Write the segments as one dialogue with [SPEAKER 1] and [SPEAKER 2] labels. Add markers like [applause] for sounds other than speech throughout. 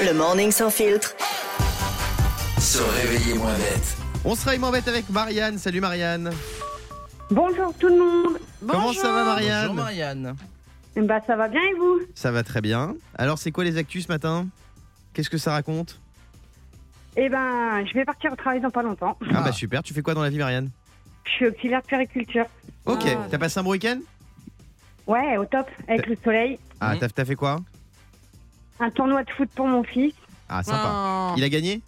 [SPEAKER 1] Le morning sans filtre.
[SPEAKER 2] Se réveiller moins bête.
[SPEAKER 3] On sera moins bête avec Marianne. Salut Marianne.
[SPEAKER 4] Bonjour tout le monde.
[SPEAKER 3] Comment ça va Marianne
[SPEAKER 5] Bonjour Marianne.
[SPEAKER 4] Bah ça va bien et vous
[SPEAKER 3] Ça va très bien. Alors c'est quoi les actus ce matin Qu'est-ce que ça raconte
[SPEAKER 4] Eh ben je vais partir au travail dans pas longtemps.
[SPEAKER 3] ah. bah super, tu fais quoi dans la vie Marianne
[SPEAKER 4] Je suis auxiliaire de périculture.
[SPEAKER 3] Ok,
[SPEAKER 5] Ah.
[SPEAKER 3] t'as passé un bon week-end
[SPEAKER 4] Ouais, au top, avec le soleil.
[SPEAKER 3] Ah
[SPEAKER 5] Mhm.
[SPEAKER 3] t'as t'as fait quoi
[SPEAKER 4] Un tournoi de foot pour mon fils.
[SPEAKER 3] Ah sympa. Il a gagné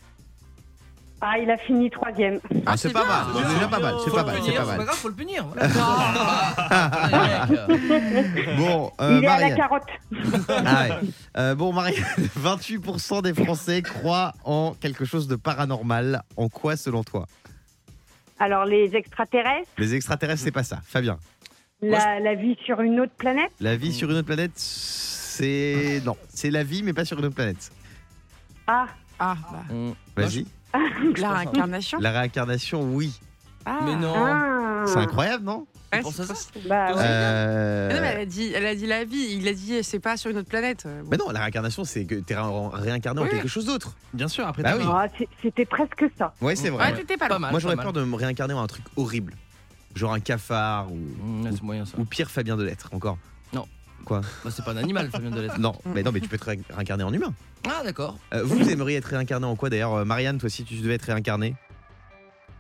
[SPEAKER 4] Ah, il a fini troisième.
[SPEAKER 3] Ah, c'est
[SPEAKER 5] c'est
[SPEAKER 3] pas
[SPEAKER 5] bien.
[SPEAKER 3] mal, c'est déjà pas mal, c'est
[SPEAKER 5] Faut
[SPEAKER 3] pas
[SPEAKER 5] le
[SPEAKER 3] mal, c'est
[SPEAKER 5] punir,
[SPEAKER 3] pas
[SPEAKER 5] C'est pas
[SPEAKER 3] mal.
[SPEAKER 5] grave, faut le punir. voilà.
[SPEAKER 3] [laughs]
[SPEAKER 5] Ah, les mecs.
[SPEAKER 3] Bon, euh,
[SPEAKER 4] il est à la
[SPEAKER 3] Marianne.
[SPEAKER 4] carotte.
[SPEAKER 3] Ah ouais. Euh, bon, Marianne, [laughs] 28% des Français croient en quelque chose de paranormal. En quoi selon toi
[SPEAKER 4] Alors les extraterrestres,
[SPEAKER 3] Les extraterrestres, c'est pas ça. Fabien,
[SPEAKER 5] Moi,
[SPEAKER 4] la, la vie sur une autre planète,
[SPEAKER 3] la
[SPEAKER 6] Mmh.
[SPEAKER 3] vie sur une autre planète, c'est. Non, c'est la vie, mais pas sur une autre planète.
[SPEAKER 4] ah,
[SPEAKER 6] Ah, bah,
[SPEAKER 5] Mm.
[SPEAKER 3] Vas-y.
[SPEAKER 6] la réincarnation
[SPEAKER 3] La réincarnation, oui.
[SPEAKER 6] Ah.
[SPEAKER 5] Mais non.
[SPEAKER 4] ah.
[SPEAKER 3] Oh. C'est incroyable, non
[SPEAKER 6] Ouais,
[SPEAKER 5] Pour
[SPEAKER 6] c'est
[SPEAKER 5] ça,
[SPEAKER 6] pas-
[SPEAKER 5] ça-
[SPEAKER 4] Bah, ouais.
[SPEAKER 3] Euh,
[SPEAKER 6] Mais non, mais elle, a dit, elle a dit la vie, il a dit c'est pas sur une autre planète. Euh, bon.
[SPEAKER 3] Mais non, la réincarnation, c'est que t'es ré- réincarné en
[SPEAKER 6] Oui.
[SPEAKER 3] quelque chose d'autre.
[SPEAKER 5] Bien sûr, après
[SPEAKER 3] Bah
[SPEAKER 5] t'as
[SPEAKER 3] oui.
[SPEAKER 5] pas-
[SPEAKER 4] Ah, c'est- c'était presque ça.
[SPEAKER 3] Ouais, c'est
[SPEAKER 6] Ouais,
[SPEAKER 3] vrai.
[SPEAKER 6] t'étais pas
[SPEAKER 5] Pas
[SPEAKER 6] loin.
[SPEAKER 5] mal.
[SPEAKER 3] Moi, j'aurais
[SPEAKER 5] pas
[SPEAKER 3] peur
[SPEAKER 5] mal.
[SPEAKER 3] de me réincarner en un truc horrible. Genre un cafard ou,
[SPEAKER 5] Mm, ouais, c'est moyen ça.
[SPEAKER 3] ou pire Fabien Delettre encore.
[SPEAKER 5] Bah, c'est pas un animal, Fabien Delettre.
[SPEAKER 3] Non,
[SPEAKER 6] Mmh.
[SPEAKER 3] mais non, mais tu peux te ré- réincarner en humain.
[SPEAKER 5] Ah d'accord.
[SPEAKER 3] Euh, vous vous aimeriez être réincarné en quoi d'ailleurs euh, Marianne, toi, si tu devais être réincarné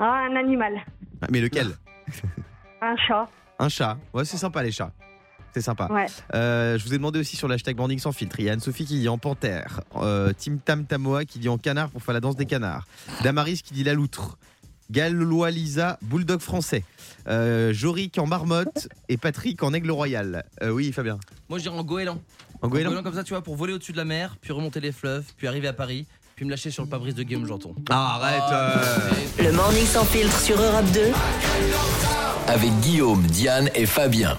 [SPEAKER 4] Ah, un animal,
[SPEAKER 3] Ah, Mais lequel
[SPEAKER 4] un chat.
[SPEAKER 3] Un chat. Ouais, c'est sympa les chats. C'est sympa.
[SPEAKER 4] Ouais.
[SPEAKER 3] Euh, je vous ai demandé aussi sur l'hashtag Morning sans filtre. Il y a Anne-Sophie qui dit en panthère, euh, Tim Tam Tamoa qui dit en canard pour faire la danse des canards, Damaris qui dit la loutre, Galois Lisa, bulldog français, euh, Jorik en marmotte et Patrick en aigle royal. Euh, oui, Fabien.
[SPEAKER 5] Moi j'irai en goéland.
[SPEAKER 3] En
[SPEAKER 5] En
[SPEAKER 3] goéland
[SPEAKER 5] Goéland comme ça, tu vois, pour voler au-dessus de la mer, puis remonter les fleuves, puis arriver à Paris, puis me lâcher sur le pare-brise de Guillaume Janton.
[SPEAKER 3] Ah, arrête euh.
[SPEAKER 1] Le morning sans filtre sur Europe 2.
[SPEAKER 2] Avec Guillaume, Diane et Fabien.